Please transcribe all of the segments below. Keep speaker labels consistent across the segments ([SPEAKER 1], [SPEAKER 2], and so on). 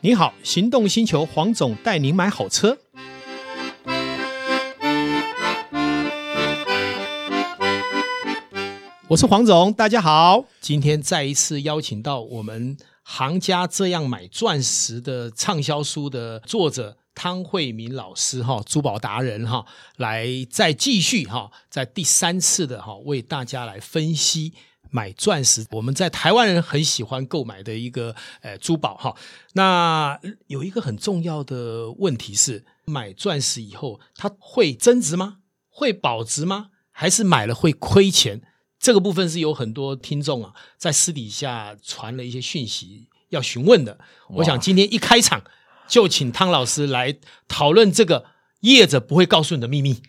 [SPEAKER 1] 你好，行动星球黄总带您买好车。我是黄总，大家好。今天再一次邀请到我们《行家这样买钻石》的畅销书的作者汤慧明老师哈，珠宝达人哈，来再继续哈，在第三次的哈，为大家来分析。买钻石，我们在台湾人很喜欢购买的一个呃珠宝哈。那有一个很重要的问题是，买钻石以后它会增值吗？会保值吗？还是买了会亏钱？这个部分是有很多听众啊在私底下传了一些讯息要询问的。我想今天一开场就请汤老师来讨论这个业者不会告诉你的秘密，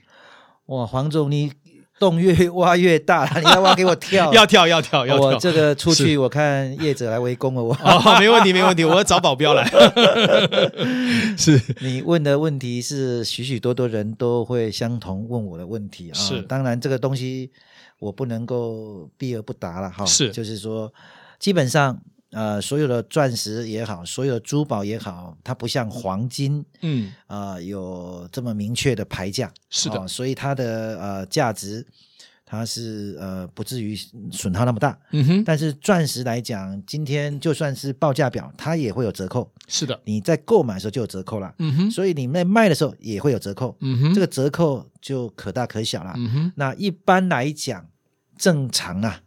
[SPEAKER 2] 哇，黄总，你洞越挖越大了，你要挖给我 跳，
[SPEAKER 1] 要跳要跳要跳。
[SPEAKER 2] 我这个出
[SPEAKER 1] 是
[SPEAKER 2] 去，我看业者来围攻了我。
[SPEAKER 1] 哦，没问题没问题，我要找保镖来。是
[SPEAKER 2] 你问的问题是许许多多人都会相同问我的问题啊。
[SPEAKER 1] 是
[SPEAKER 2] 当然这个东西我不能够避而不答了哈。
[SPEAKER 1] 是
[SPEAKER 2] 就是说，基本上呃，所有的钻石也好，所有的珠宝也好，它不像黄金，
[SPEAKER 1] 嗯，
[SPEAKER 2] 啊、有这么明确的牌价，
[SPEAKER 1] 是的
[SPEAKER 2] 哦所以它的呃价值，它是呃不至于损耗那么大。
[SPEAKER 1] 嗯哼，
[SPEAKER 2] 但是钻石来讲，今天就算是报价表，它也会有折扣。
[SPEAKER 1] 是的，
[SPEAKER 2] 你在购买的时候就有折扣啦，
[SPEAKER 1] 嗯哼，
[SPEAKER 2] 所以你在卖的时候也会有折扣。
[SPEAKER 1] 嗯哼，
[SPEAKER 2] 这
[SPEAKER 1] 个，
[SPEAKER 2] 个折扣就可大可小啦。
[SPEAKER 1] 嗯哼，
[SPEAKER 2] 那一般来讲，正常啊，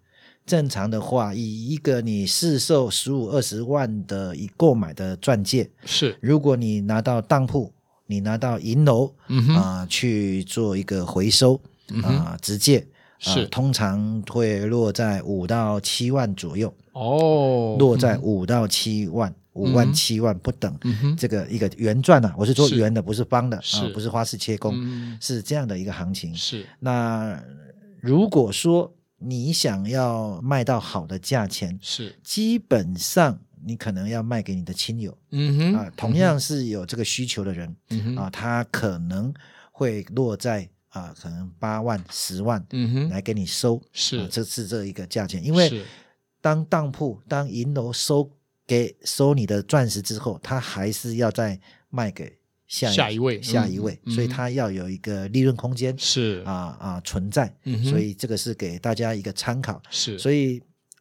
[SPEAKER 2] 正常的话，以一个你市售十五二十万的一购买的钻戒，
[SPEAKER 1] 是，
[SPEAKER 2] 如果你拿到当铺，你拿到银楼
[SPEAKER 1] 嗯哼，
[SPEAKER 2] 啊、去做一个回收
[SPEAKER 1] 嗯哼，
[SPEAKER 2] 啊、直接。啊
[SPEAKER 1] 是
[SPEAKER 2] 通常会落在五到七万左右，
[SPEAKER 1] 哦，
[SPEAKER 2] 落在五到七万、五万
[SPEAKER 1] 嗯
[SPEAKER 2] 七万不等。
[SPEAKER 1] 嗯哼，
[SPEAKER 2] 这个一个圆转啊，我是说
[SPEAKER 1] 是
[SPEAKER 2] 圆的，不是方的
[SPEAKER 1] 是
[SPEAKER 2] 啊，不是花式切工，
[SPEAKER 1] 嗯，
[SPEAKER 2] 是这样的一个行情。
[SPEAKER 1] 是，
[SPEAKER 2] 那如果说你想要卖到好的价钱，
[SPEAKER 1] 是，
[SPEAKER 2] 基本上你可能要卖给你的亲友，
[SPEAKER 1] 嗯哼，
[SPEAKER 2] 啊，同样是有这个需求的人、
[SPEAKER 1] 嗯哼，
[SPEAKER 2] 啊，他可能会落在啊，可能八万、十万
[SPEAKER 1] 嗯哼，
[SPEAKER 2] 来给你收，
[SPEAKER 1] 是
[SPEAKER 2] 啊这是这一个价钱。因为
[SPEAKER 1] 是
[SPEAKER 2] 当当铺、当银楼收给收你的钻石之后，他还是要再卖给下
[SPEAKER 1] 下一位
[SPEAKER 2] 下
[SPEAKER 1] 嗯
[SPEAKER 2] 一位，
[SPEAKER 1] 嗯
[SPEAKER 2] 所以他要有一个利润空间
[SPEAKER 1] 是
[SPEAKER 2] 啊，啊存在。
[SPEAKER 1] 嗯哼
[SPEAKER 2] 所以这个是给大家一个参考。
[SPEAKER 1] 是，
[SPEAKER 2] 所以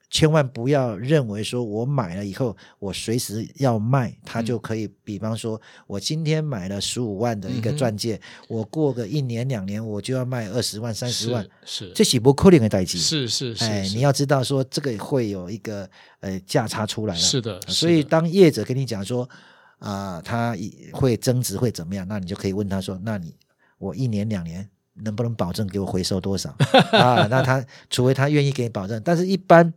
[SPEAKER 2] 千万不要认为说我买了以后，我随时要卖，
[SPEAKER 1] 嗯
[SPEAKER 2] 它就可以。比方说，我今天买了十五万的一
[SPEAKER 1] 嗯
[SPEAKER 2] 个
[SPEAKER 1] 哼
[SPEAKER 2] 钻戒，我过个一年两年，我就要卖二十万、三十万，
[SPEAKER 1] 是，
[SPEAKER 2] 这
[SPEAKER 1] 是，
[SPEAKER 2] 是不可能的代际。
[SPEAKER 1] 是，是，是，
[SPEAKER 2] 哎，
[SPEAKER 1] 是
[SPEAKER 2] 你要知道说这个会有一个呃价差出来了。
[SPEAKER 1] 是的，
[SPEAKER 2] 所以
[SPEAKER 1] 是的
[SPEAKER 2] 当业者跟你讲说啊、他一会增值会怎么样，那你就可以问他说，那你我一年两年能不能保证给我回收多少 啊？那他除非他愿意给你保证，但是一般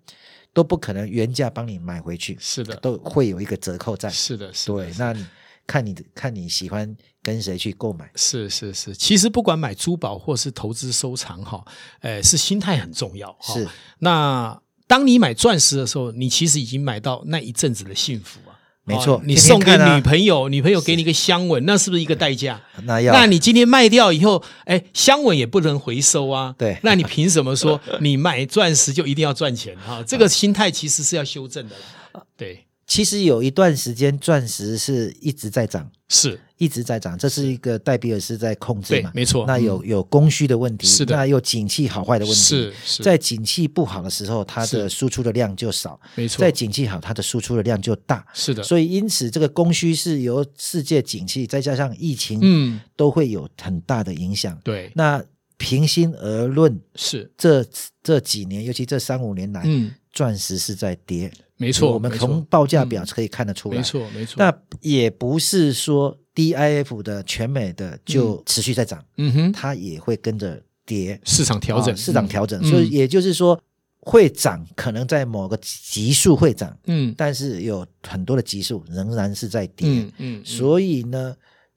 [SPEAKER 2] 都不可能原价帮你买回去，
[SPEAKER 1] 是的，
[SPEAKER 2] 都会有一个折扣在。
[SPEAKER 1] 是的，是的
[SPEAKER 2] 对，那你看你看你喜欢跟谁去购买。
[SPEAKER 1] 是是是，其实不管买珠宝或是投资收藏哈，呃，是心态很重要。哈
[SPEAKER 2] 是，
[SPEAKER 1] 那当你买钻石的时候，你其实已经买到那一阵子的幸福啊。
[SPEAKER 2] 没错
[SPEAKER 1] 哦你
[SPEAKER 2] 天天
[SPEAKER 1] 送给
[SPEAKER 2] 看啊
[SPEAKER 1] 女朋友，女朋友给你一个香吻，那是不是一个代价？
[SPEAKER 2] 那要
[SPEAKER 1] 那你今天卖掉以后，哎，香吻也不能回收啊。
[SPEAKER 2] 对
[SPEAKER 1] 那你凭什么 说你买钻石就一定要赚钱哈？这个心态其实是要修正的
[SPEAKER 2] 呃
[SPEAKER 1] 啦。对，
[SPEAKER 2] 其实有一段时间钻石是一直在涨。
[SPEAKER 1] 是
[SPEAKER 2] 一直在涨，这是一个戴比尔斯在控制
[SPEAKER 1] 对
[SPEAKER 2] 嘛？
[SPEAKER 1] 没错嗯
[SPEAKER 2] 那有有供需的问题，
[SPEAKER 1] 是的
[SPEAKER 2] 那有景气好坏的问题。
[SPEAKER 1] 是是，
[SPEAKER 2] 在景气不好的时候，它的
[SPEAKER 1] 是
[SPEAKER 2] 输出的量就少；
[SPEAKER 1] 没错
[SPEAKER 2] 在，景气好，它的输出的量就大。
[SPEAKER 1] 是的，
[SPEAKER 2] 所以，因此这个供需是由世界景气再加上疫情，
[SPEAKER 1] 嗯，
[SPEAKER 2] 都会有很大的影响。
[SPEAKER 1] 对，
[SPEAKER 2] 那平心而论，
[SPEAKER 1] 是，
[SPEAKER 2] 这这几年，尤其这三五年来，
[SPEAKER 1] 嗯，
[SPEAKER 2] 钻石是在跌。
[SPEAKER 1] 没错，
[SPEAKER 2] 我们
[SPEAKER 1] 没错嗯
[SPEAKER 2] 从报价表可以看得出来。
[SPEAKER 1] 没错，没错。
[SPEAKER 2] 那也不是说 DIF 的全美的就持续在涨，
[SPEAKER 1] 嗯哼，
[SPEAKER 2] 它也会跟着跌
[SPEAKER 1] 市场调整，
[SPEAKER 2] 啊市场调整。
[SPEAKER 1] 嗯
[SPEAKER 2] 所以也就是说，会涨可能在某个级数会涨，
[SPEAKER 1] 嗯
[SPEAKER 2] 但是有很多的级数仍然是在跌。
[SPEAKER 1] 嗯嗯，嗯
[SPEAKER 2] 所以呢，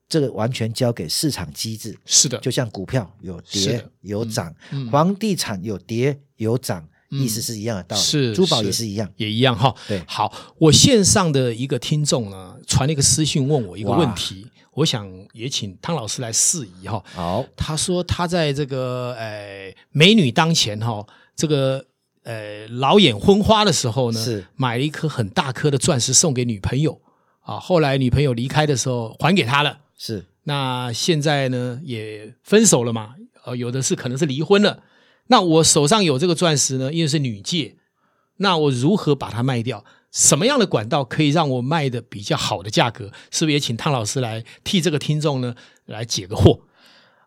[SPEAKER 2] 这个完全交给市场机制，
[SPEAKER 1] 是的，
[SPEAKER 2] 就像股票有
[SPEAKER 1] 是
[SPEAKER 2] 跌
[SPEAKER 1] 的
[SPEAKER 2] 有涨，
[SPEAKER 1] 嗯
[SPEAKER 2] 房地产有跌有涨，
[SPEAKER 1] 嗯
[SPEAKER 2] 意思是一样的道理。
[SPEAKER 1] 是
[SPEAKER 2] 珠宝也
[SPEAKER 1] 是
[SPEAKER 2] 是一样。
[SPEAKER 1] 也一样哈。
[SPEAKER 2] 对
[SPEAKER 1] 好，我线上的一个听众呢，传了一个私讯问我一个问题，我想也请汤老师来释疑哈。
[SPEAKER 2] 好，
[SPEAKER 1] 他说他在这个呃美女当前哈，这个呃老眼昏花的时候呢，
[SPEAKER 2] 是
[SPEAKER 1] 买了一颗很大颗的钻石送给女朋友。啊，后来女朋友离开的时候还给他了。
[SPEAKER 2] 是
[SPEAKER 1] 那现在呢也分手了嘛，呃，有的是可能是离婚了。那我手上有这个钻石呢，因为是女戒，那我如何把它卖掉？什么样的管道可以让我卖的比较好的价格？是不是也请汤老师来替这个听众呢来解个惑？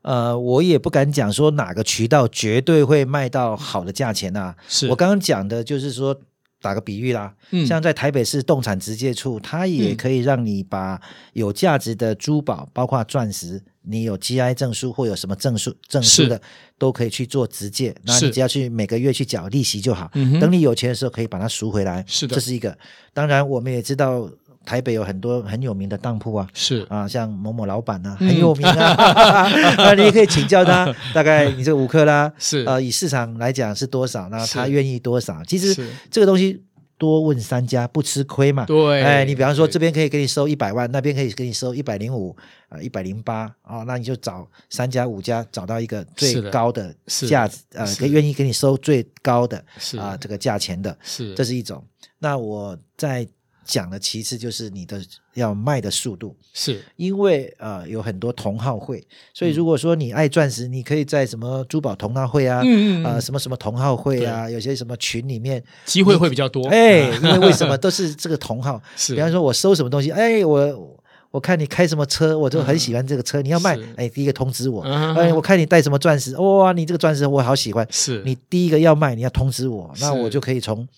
[SPEAKER 2] 呃，我也不敢讲说哪个渠道绝对会卖到好的价钱呐、
[SPEAKER 1] 嗯是
[SPEAKER 2] 我刚刚讲的就是说，打个比喻啦，
[SPEAKER 1] 嗯
[SPEAKER 2] 像在台北市动产直接处，它也
[SPEAKER 1] 嗯
[SPEAKER 2] 可以让你把有价值的珠宝，包括钻石，你有 GI 证书或有什么证书证书
[SPEAKER 1] 是
[SPEAKER 2] 的，都可以去做直借。那
[SPEAKER 1] 是
[SPEAKER 2] 你只要去每个月去缴利息就好。
[SPEAKER 1] 嗯哼
[SPEAKER 2] 等你有钱的时候，可以把它赎回来。
[SPEAKER 1] 是的
[SPEAKER 2] 这是一个。当然，我们也知道台北有很多很有名的当铺啊，
[SPEAKER 1] 是
[SPEAKER 2] 啊，像某某老板啊，
[SPEAKER 1] 嗯
[SPEAKER 2] 很有名 啊，那你也可以请教他，大概你这五克拉
[SPEAKER 1] 是
[SPEAKER 2] 呃，以市场来讲是多少，那
[SPEAKER 1] 是
[SPEAKER 2] 他愿意多少？其实
[SPEAKER 1] 是
[SPEAKER 2] 这个东西多问三家不吃亏嘛。
[SPEAKER 1] 对
[SPEAKER 2] 哎，你比方说
[SPEAKER 1] 对
[SPEAKER 2] 这边可以给你收一百万，那边可以给你收一百零五啊，一百零八啊，那你就找三家五家找到一个
[SPEAKER 1] 是
[SPEAKER 2] 最
[SPEAKER 1] 的
[SPEAKER 2] 高的
[SPEAKER 1] 是的
[SPEAKER 2] 价值，呃，
[SPEAKER 1] 是
[SPEAKER 2] 可以愿意给你收最高的
[SPEAKER 1] 是
[SPEAKER 2] 啊这个价钱的，
[SPEAKER 1] 是
[SPEAKER 2] 这是一种。那我再讲的其次就是你的要卖的速度。
[SPEAKER 1] 是
[SPEAKER 2] 因为呃有很多同好会，所
[SPEAKER 1] 嗯
[SPEAKER 2] 以如果说你爱钻石，你可以在什么珠宝同好会啊，
[SPEAKER 1] 嗯嗯嗯
[SPEAKER 2] 啊、什么什么同好会啊，有些什么群里面，
[SPEAKER 1] 机会会比较多。
[SPEAKER 2] 哎，因为为什么都是这个同 好？
[SPEAKER 1] 是
[SPEAKER 2] 比方说我收什么东西，哎，我我看你开什么车，我就很喜欢这个车，你要卖
[SPEAKER 1] 嗯是，
[SPEAKER 2] 哎，第一个通知我，
[SPEAKER 1] 嗯
[SPEAKER 2] 哎，我看你戴什么钻石，哇，你这个钻石我好喜欢，
[SPEAKER 1] 是
[SPEAKER 2] 你第一个要卖，你要通知我，
[SPEAKER 1] 是
[SPEAKER 2] 那我就可以从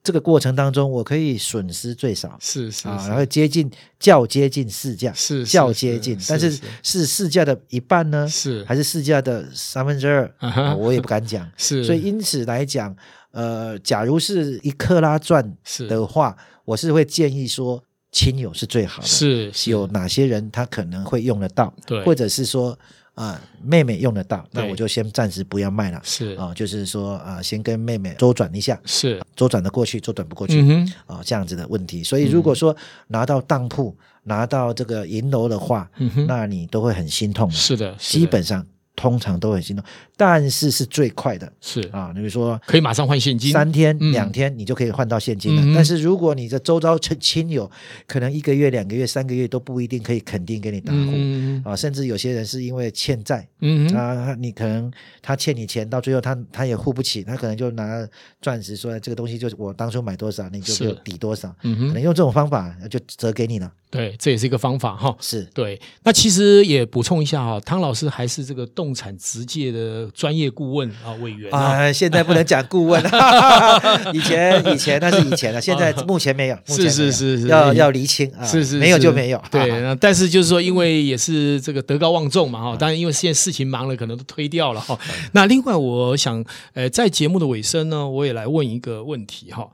[SPEAKER 2] 这个过程当中，我可以损失最少。
[SPEAKER 1] 是是
[SPEAKER 2] 啊，
[SPEAKER 1] 是
[SPEAKER 2] 然后接近较接近市价，
[SPEAKER 1] 是是
[SPEAKER 2] 较
[SPEAKER 1] 是
[SPEAKER 2] 接近，
[SPEAKER 1] 是
[SPEAKER 2] 但是
[SPEAKER 1] 是
[SPEAKER 2] 是市价的一半呢，
[SPEAKER 1] 是
[SPEAKER 2] 还是市价的三分之二
[SPEAKER 1] 啊哈？
[SPEAKER 2] 我也不敢讲。
[SPEAKER 1] 是
[SPEAKER 2] 所以因此来讲，呃，假如是一克拉钻
[SPEAKER 1] 是
[SPEAKER 2] 的话，我是会建议说亲友是最好的。
[SPEAKER 1] 是是
[SPEAKER 2] 有哪些人他可能会用得到，
[SPEAKER 1] 对
[SPEAKER 2] 或者是说啊、妹妹用得到，那
[SPEAKER 1] 对
[SPEAKER 2] 我就先暂时不要卖了。
[SPEAKER 1] 是
[SPEAKER 2] 啊、就是说啊、先跟妹妹周转一下，
[SPEAKER 1] 是
[SPEAKER 2] 周转的过去，周转不过去。
[SPEAKER 1] 嗯哼
[SPEAKER 2] 啊、这样子的问题。所以如果说拿到当铺、拿到这个银楼的话，
[SPEAKER 1] 嗯哼
[SPEAKER 2] 那你都会很心痛的，啊
[SPEAKER 1] 是的，是
[SPEAKER 2] 基
[SPEAKER 1] 的
[SPEAKER 2] 本上通常都很心痛，但是是最快的
[SPEAKER 1] 是
[SPEAKER 2] 啊，比如说。
[SPEAKER 1] 可以马上换现金。
[SPEAKER 2] 三天、
[SPEAKER 1] 嗯
[SPEAKER 2] 两天，你就可以换到现金了。
[SPEAKER 1] 嗯哼
[SPEAKER 2] 但是如果你的周遭亲亲友，可能一个月、两个月、三个月都不一定可以肯定给你打户、
[SPEAKER 1] 嗯
[SPEAKER 2] 啊，甚至有些人是因为欠债，
[SPEAKER 1] 嗯哼
[SPEAKER 2] 啊，你可能他欠你钱，到最后他他也付不起，他可能就拿钻石说哎这个东西就是我当初买多少，你就给我
[SPEAKER 1] 是
[SPEAKER 2] 抵多少，
[SPEAKER 1] 嗯
[SPEAKER 2] 可
[SPEAKER 1] 哼，
[SPEAKER 2] 能用这种方法就折给你了。
[SPEAKER 1] 对，这也是一个方法哈。
[SPEAKER 2] 是
[SPEAKER 1] 对，那其实也补充一下哈，汤老师还是这个动产直界的专业顾问啊委员啊，
[SPEAKER 2] 啊，现在不能讲顾问，哈哈 哈以前以前那是以前了，现在目前没有，目前没有
[SPEAKER 1] 是是是
[SPEAKER 2] 要
[SPEAKER 1] 是
[SPEAKER 2] 要厘清啊，
[SPEAKER 1] 是是
[SPEAKER 2] 没有就是没有，
[SPEAKER 1] 对，
[SPEAKER 2] 啊
[SPEAKER 1] 那但是就是说，因为也是这个德高望重嘛
[SPEAKER 2] 嗯
[SPEAKER 1] 哈，当然因为现在事情忙了，可能都推掉了哈。那另外，我想呃，在节目的尾声呢，我也来问一个问题哈，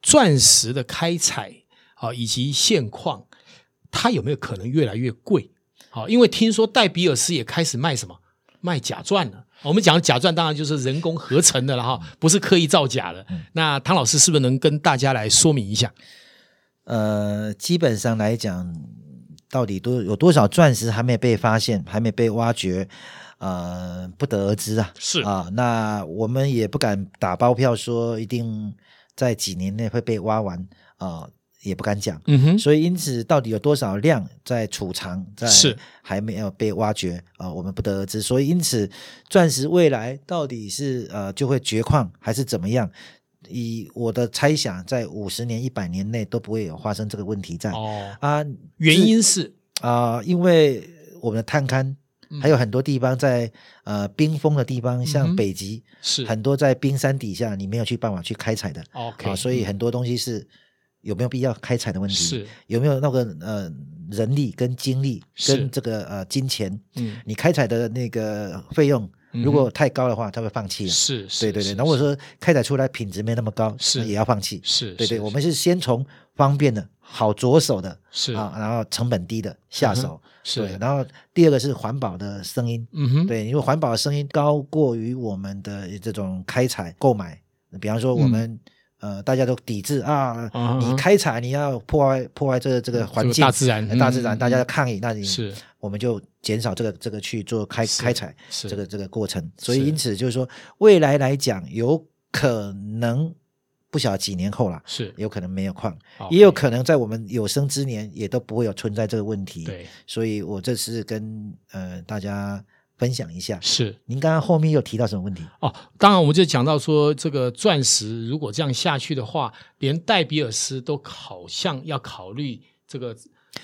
[SPEAKER 1] 钻石的开采啊，以及现况，它有没有可能越来越贵？好，因为听说戴比尔斯也开始卖什么卖假钻了。我们讲的假钻当然就是人工合成的了哈，不是刻意造假的。
[SPEAKER 2] 嗯
[SPEAKER 1] 那唐老师是不是能跟大家来说明一下？
[SPEAKER 2] 呃，基本上来讲，到底多有多少钻石还没被发现，还没被挖掘，呃，不得而知啊。
[SPEAKER 1] 是
[SPEAKER 2] 啊，那我们也不敢打包票说一定在几年内会被挖完啊、也不敢讲。
[SPEAKER 1] 嗯哼，
[SPEAKER 2] 所以，因此到底有多少量在储藏，在
[SPEAKER 1] 是
[SPEAKER 2] 还没有被挖掘啊、我们不得而知。所以，因此钻石未来到底是呃就会绝矿还是怎么样？以我的猜想，在五十年、一百年内都不会有发生这个问题在、
[SPEAKER 1] 哦，
[SPEAKER 2] 啊
[SPEAKER 1] 原因是
[SPEAKER 2] 啊、因为我们的探勘
[SPEAKER 1] 嗯
[SPEAKER 2] 还有很多地方在呃冰封的地方，
[SPEAKER 1] 嗯
[SPEAKER 2] 像
[SPEAKER 1] 哼
[SPEAKER 2] 北极，
[SPEAKER 1] 是
[SPEAKER 2] 很多在冰山底下你没有去办法去开采的
[SPEAKER 1] OK，嗯
[SPEAKER 2] 啊，所以很多东西是有没有必要开采的问题，
[SPEAKER 1] 是
[SPEAKER 2] 有没有那个呃人力跟精力
[SPEAKER 1] 是
[SPEAKER 2] 跟这个呃金钱，
[SPEAKER 1] 嗯
[SPEAKER 2] 你开采的那个费用
[SPEAKER 1] 嗯哼
[SPEAKER 2] 如果太高的话，他会放弃了。
[SPEAKER 1] 是是，
[SPEAKER 2] 对对对，
[SPEAKER 1] 是
[SPEAKER 2] 那或者说开采出来品质没那么高，
[SPEAKER 1] 是
[SPEAKER 2] 那也要放弃。
[SPEAKER 1] 是
[SPEAKER 2] 对对，
[SPEAKER 1] 是
[SPEAKER 2] 我们是先从方便的、好着手的
[SPEAKER 1] 是嗯
[SPEAKER 2] 啊，然后成本低的下手。
[SPEAKER 1] 是
[SPEAKER 2] 对，然后第二个是环保的声音，
[SPEAKER 1] 嗯哼，
[SPEAKER 2] 对，因为环保的声音高过于我们的这种开采购买。比方说我
[SPEAKER 1] 嗯
[SPEAKER 2] 们、呃，大家都抵制啊，
[SPEAKER 1] 啊
[SPEAKER 2] 你开采你要破坏破坏这个这个环
[SPEAKER 1] 嗯这个
[SPEAKER 2] 境，
[SPEAKER 1] 大自然
[SPEAKER 2] 呃大
[SPEAKER 1] 嗯
[SPEAKER 2] 自
[SPEAKER 1] 嗯
[SPEAKER 2] 然，
[SPEAKER 1] 嗯
[SPEAKER 2] 大家抗议，那你
[SPEAKER 1] 是
[SPEAKER 2] 我们就减少这个这个去做开
[SPEAKER 1] 是
[SPEAKER 2] 开采
[SPEAKER 1] 是
[SPEAKER 2] 这个这个过程。所
[SPEAKER 1] 是
[SPEAKER 2] 以因此就是说，未来来讲有可能不晓得几年后啦，
[SPEAKER 1] 是哦
[SPEAKER 2] 有可能没有矿，
[SPEAKER 1] 好
[SPEAKER 2] 也有可能在我们有生之年也都不会有存在这个问题。，
[SPEAKER 1] 对
[SPEAKER 2] 所以我这次跟呃大家分享一下。
[SPEAKER 1] 是
[SPEAKER 2] 您刚刚后面又提到什么问题？
[SPEAKER 1] 哦，当然我们就讲到说，这个钻石如果这样下去的话，连戴比尔斯都好像要考虑这个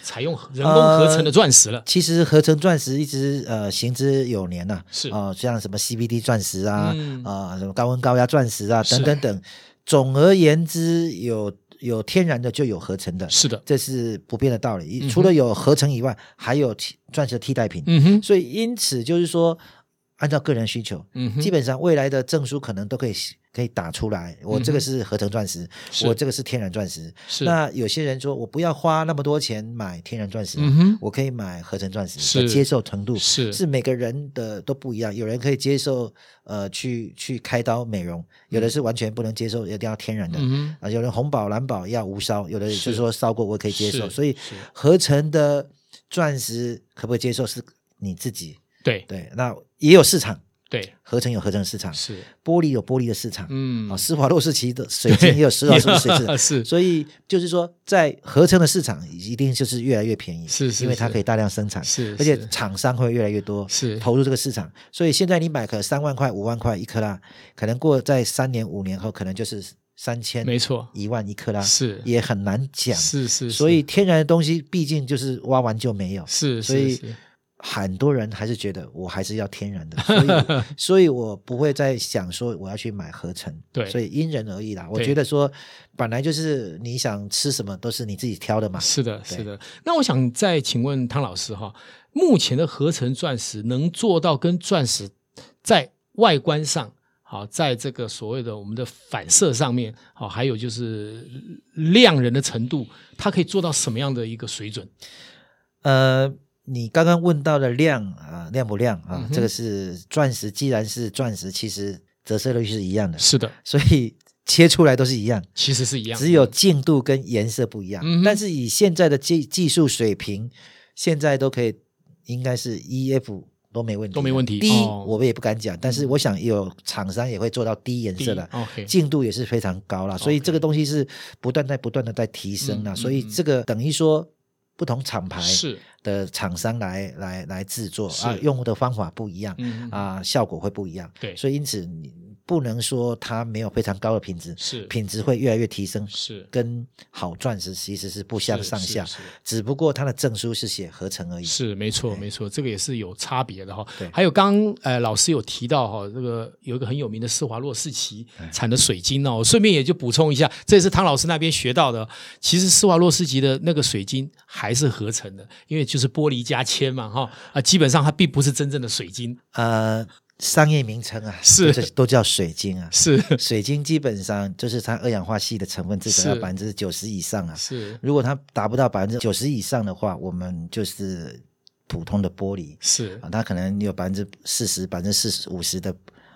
[SPEAKER 1] 采用人工
[SPEAKER 2] 呃
[SPEAKER 1] 合成的钻石了。
[SPEAKER 2] 其实合成钻石一直呃行之有年呐、
[SPEAKER 1] 是
[SPEAKER 2] 啊、像什么 CBD 钻石啊，啊、
[SPEAKER 1] 嗯
[SPEAKER 2] 什么高温高压钻石啊，
[SPEAKER 1] 是
[SPEAKER 2] 等等等。总而言之，有有天然的就有合成的，
[SPEAKER 1] 是的，
[SPEAKER 2] 这是不变的道理。
[SPEAKER 1] 嗯哼
[SPEAKER 2] 除了有合成以外，还有替钻石的替代品。
[SPEAKER 1] 嗯哼，
[SPEAKER 2] 所以因此就是说，按照个人需求，
[SPEAKER 1] 嗯哼，
[SPEAKER 2] 基本上未来的证书可能都可以可以打出来。我这个是合成钻石，
[SPEAKER 1] 嗯是
[SPEAKER 2] 我这个是天然钻石。
[SPEAKER 1] 是
[SPEAKER 2] 那有些人说我不要花那么多钱买天然钻石，啊
[SPEAKER 1] 嗯哼
[SPEAKER 2] 我可以买合成钻石，
[SPEAKER 1] 是
[SPEAKER 2] 的接受程度
[SPEAKER 1] 是
[SPEAKER 2] 是每个人的都不一样。有人可以接受呃去去开刀美容，有的是完全不能接受，一定要天然的。
[SPEAKER 1] 嗯
[SPEAKER 2] 啊，有人红宝、蓝宝要无烧，有的就是是说烧过我可以接受，
[SPEAKER 1] 是
[SPEAKER 2] 所以
[SPEAKER 1] 是
[SPEAKER 2] 合成的钻石可不可以接受是你自己
[SPEAKER 1] 哼，对
[SPEAKER 2] 对，那也有市场，
[SPEAKER 1] 对
[SPEAKER 2] 合成有合成市场，
[SPEAKER 1] 是，
[SPEAKER 2] 玻璃有玻璃的市场，
[SPEAKER 1] 嗯
[SPEAKER 2] 啊，，施华洛世奇的水晶也有施华洛世奇的水晶，
[SPEAKER 1] 是
[SPEAKER 2] 所以就是说，在合成的市场一定就是越来越便宜，
[SPEAKER 1] 是是
[SPEAKER 2] 因为它
[SPEAKER 1] 是
[SPEAKER 2] 可以大量生产，
[SPEAKER 1] 是，
[SPEAKER 2] 而且
[SPEAKER 1] 是
[SPEAKER 2] 厂商会越来越多，
[SPEAKER 1] 是
[SPEAKER 2] 投入这个市场，所以现在你买可三万块、五万块一克拉，可能过在三年、五年后，可能就是三千、
[SPEAKER 1] 没错，
[SPEAKER 2] 一万一克拉，
[SPEAKER 1] 是
[SPEAKER 2] 啊也很难讲。
[SPEAKER 1] 是是，
[SPEAKER 2] 所以天然的东西毕竟就是挖完就没有，
[SPEAKER 1] 是，
[SPEAKER 2] 所
[SPEAKER 1] 是
[SPEAKER 2] 以
[SPEAKER 1] 是
[SPEAKER 2] 很多人还是觉得我还是要 天然的，所以所以我不会再想说我要去买合成，
[SPEAKER 1] 对
[SPEAKER 2] 所以因人而异啦。我
[SPEAKER 1] 对
[SPEAKER 2] 觉得说本来就是你想吃什么都是你自己挑的嘛，
[SPEAKER 1] 是的，是
[SPEAKER 2] 对
[SPEAKER 1] 的。那我想再请问汤老师哈，目前的合成钻石能做到跟钻石在外观上，好，在这个所谓的我们的反射上面，好，还有就是亮人的程度，它可以做到什么样的一个水准？
[SPEAKER 2] 呃，你刚刚问到的量啊、亮不亮啊
[SPEAKER 1] 嗯？哼
[SPEAKER 2] 这个是钻石，既然是钻石，其实折射率是一样的，
[SPEAKER 1] 是的，
[SPEAKER 2] 所以切出来都是一样，
[SPEAKER 1] 其实是一样的，
[SPEAKER 2] 只有净度跟颜色不一样。
[SPEAKER 1] 嗯哼
[SPEAKER 2] 但是以现在的技技术水平，现在都可以，应该是 EF。都没问题的，
[SPEAKER 1] 都没问题
[SPEAKER 2] 低
[SPEAKER 1] 哦
[SPEAKER 2] 我们也不敢讲，但是我想有厂商也会做到低颜
[SPEAKER 1] 第一
[SPEAKER 2] 色的，
[SPEAKER 1] OK，
[SPEAKER 2] 进度也是非常高啦，所以
[SPEAKER 1] OK
[SPEAKER 2] 这个东西是不断在不断的在提升啦，
[SPEAKER 1] 嗯
[SPEAKER 2] 所以
[SPEAKER 1] 嗯嗯
[SPEAKER 2] 这个等于说不同厂牌
[SPEAKER 1] 是，
[SPEAKER 2] 的厂商来来来制作
[SPEAKER 1] 是
[SPEAKER 2] 啊，用的方法不一样
[SPEAKER 1] 嗯，
[SPEAKER 2] 啊，效果会不一样，
[SPEAKER 1] 对
[SPEAKER 2] 所以因此你不能说它没有非常高的品质，
[SPEAKER 1] 是
[SPEAKER 2] 品质会越来越提升，
[SPEAKER 1] 是
[SPEAKER 2] 跟好钻石其实是不相上下
[SPEAKER 1] 是是是，
[SPEAKER 2] 只不过它的证书是写合成而已，
[SPEAKER 1] 是，没错，
[SPEAKER 2] 对
[SPEAKER 1] 没错，这个也是有差别的哈
[SPEAKER 2] 对。
[SPEAKER 1] 还有刚呃老师有提到哈，这个有一个很有名的施华洛世奇
[SPEAKER 2] 哎
[SPEAKER 1] 产的水晶哦，我顺便也就补充一下，这也是汤老师那边学到的。哦其实施华洛世奇的那个水晶还是合成的，因为就是玻璃加铅嘛哈啊，基本上它并不是真正的水晶，
[SPEAKER 2] 呃，商业名称啊，
[SPEAKER 1] 是
[SPEAKER 2] 都都叫水晶啊，
[SPEAKER 1] 是
[SPEAKER 2] 水晶基本上就是它二氧化系的成分至少要
[SPEAKER 1] 是
[SPEAKER 2] 百分之九十以上啊。
[SPEAKER 1] 是
[SPEAKER 2] 如果它达不到百分之九十以上的话，我们就是普通的玻璃
[SPEAKER 1] 是
[SPEAKER 2] 啊，它可能有百分之四十、百分之四十五十的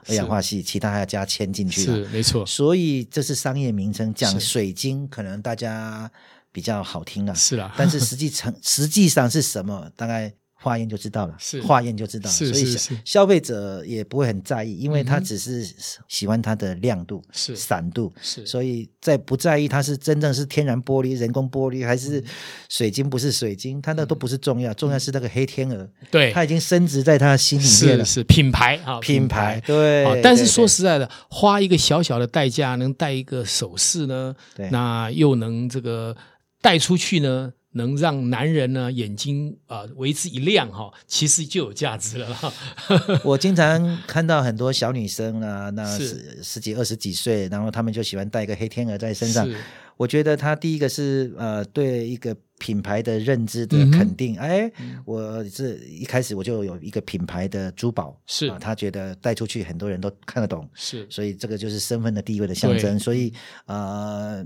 [SPEAKER 2] 二氧化系，其他还要加铅进去啊。
[SPEAKER 1] 是，没错，
[SPEAKER 2] 所以这是商业名称，讲
[SPEAKER 1] 是
[SPEAKER 2] 水晶可能大家比较好听啊了，
[SPEAKER 1] 是 啦，
[SPEAKER 2] 但是实际成实际上是什么，大概化验就知道了，
[SPEAKER 1] 是
[SPEAKER 2] 化验就知道了，
[SPEAKER 1] 是
[SPEAKER 2] 所以
[SPEAKER 1] 是
[SPEAKER 2] 消
[SPEAKER 1] 是
[SPEAKER 2] 消费者也不会很在意，因为他
[SPEAKER 1] 嗯哼
[SPEAKER 2] 只是喜欢它的亮度、
[SPEAKER 1] 是
[SPEAKER 2] 散度，
[SPEAKER 1] 是
[SPEAKER 2] 所以在不在意它是真正是天然玻璃、人工玻璃还
[SPEAKER 1] 嗯
[SPEAKER 2] 是水晶，不是水晶，它那都不是重要，重要是那个黑天鹅，
[SPEAKER 1] 对
[SPEAKER 2] 它已经升值在他的心里面
[SPEAKER 1] 哎是
[SPEAKER 2] 了，
[SPEAKER 1] 是品牌啊
[SPEAKER 2] 品牌对
[SPEAKER 1] 好，，啊但是
[SPEAKER 2] 对
[SPEAKER 1] 说
[SPEAKER 2] 对
[SPEAKER 1] 实在的，花一个小小的代价能戴一个首饰呢
[SPEAKER 2] 对，
[SPEAKER 1] 那又能这个带出去呢，能让男人呢眼睛啊、呃为之一亮哈、其实就有价值了哈。
[SPEAKER 2] 我经常看到很多小女生啊，那
[SPEAKER 1] 是
[SPEAKER 2] 十十几、二十几岁，然后她们就喜欢戴一个黑天鹅在身上
[SPEAKER 1] 是。
[SPEAKER 2] 我觉得她第一个是呃，对一个品牌的认知的
[SPEAKER 1] 嗯哼
[SPEAKER 2] 肯定。哎，我这一开始我就有一个品牌的珠宝，
[SPEAKER 1] 是
[SPEAKER 2] 啊，她觉得带出去很多人都看得懂，
[SPEAKER 1] 是
[SPEAKER 2] 所以这个就是身份的地位的象征。
[SPEAKER 1] 对
[SPEAKER 2] 所以呃，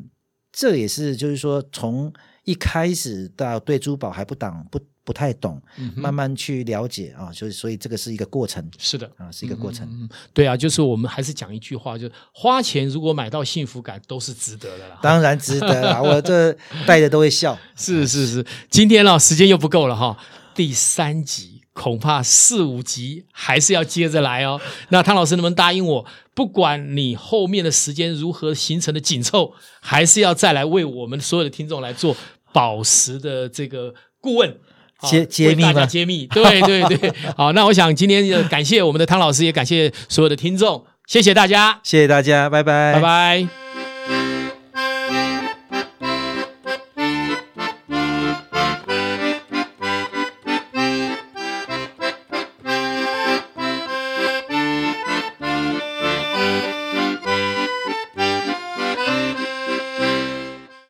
[SPEAKER 2] 这也是就是说从一开始到对珠宝还不懂不不太懂，
[SPEAKER 1] 嗯哼
[SPEAKER 2] 慢慢去了解啊，所以所以这个是一个过程
[SPEAKER 1] 是的。
[SPEAKER 2] 啊，是一个过程。
[SPEAKER 1] 嗯，对啊，就是我们还是讲一句话，就是花钱如果买到幸福感，都是值得的啦。
[SPEAKER 2] 当然值得啦，我这戴着都会笑。
[SPEAKER 1] 哦是是是，今天呢、时间又不够了哈、第三集恐怕四五集还是要接着来哦。那汤老师能不能答应我，不管你后面的时间如何形成的紧凑，还是要再来为我们所有的听众来做宝石的这个顾问。啊
[SPEAKER 2] 揭揭秘
[SPEAKER 1] 为大家
[SPEAKER 2] 吗
[SPEAKER 1] 揭秘，对对 对，好，那我想今天呃感谢我们的汤老师，也感谢所有的听众，谢谢大家，
[SPEAKER 2] 谢谢大家，拜拜，
[SPEAKER 1] 拜拜。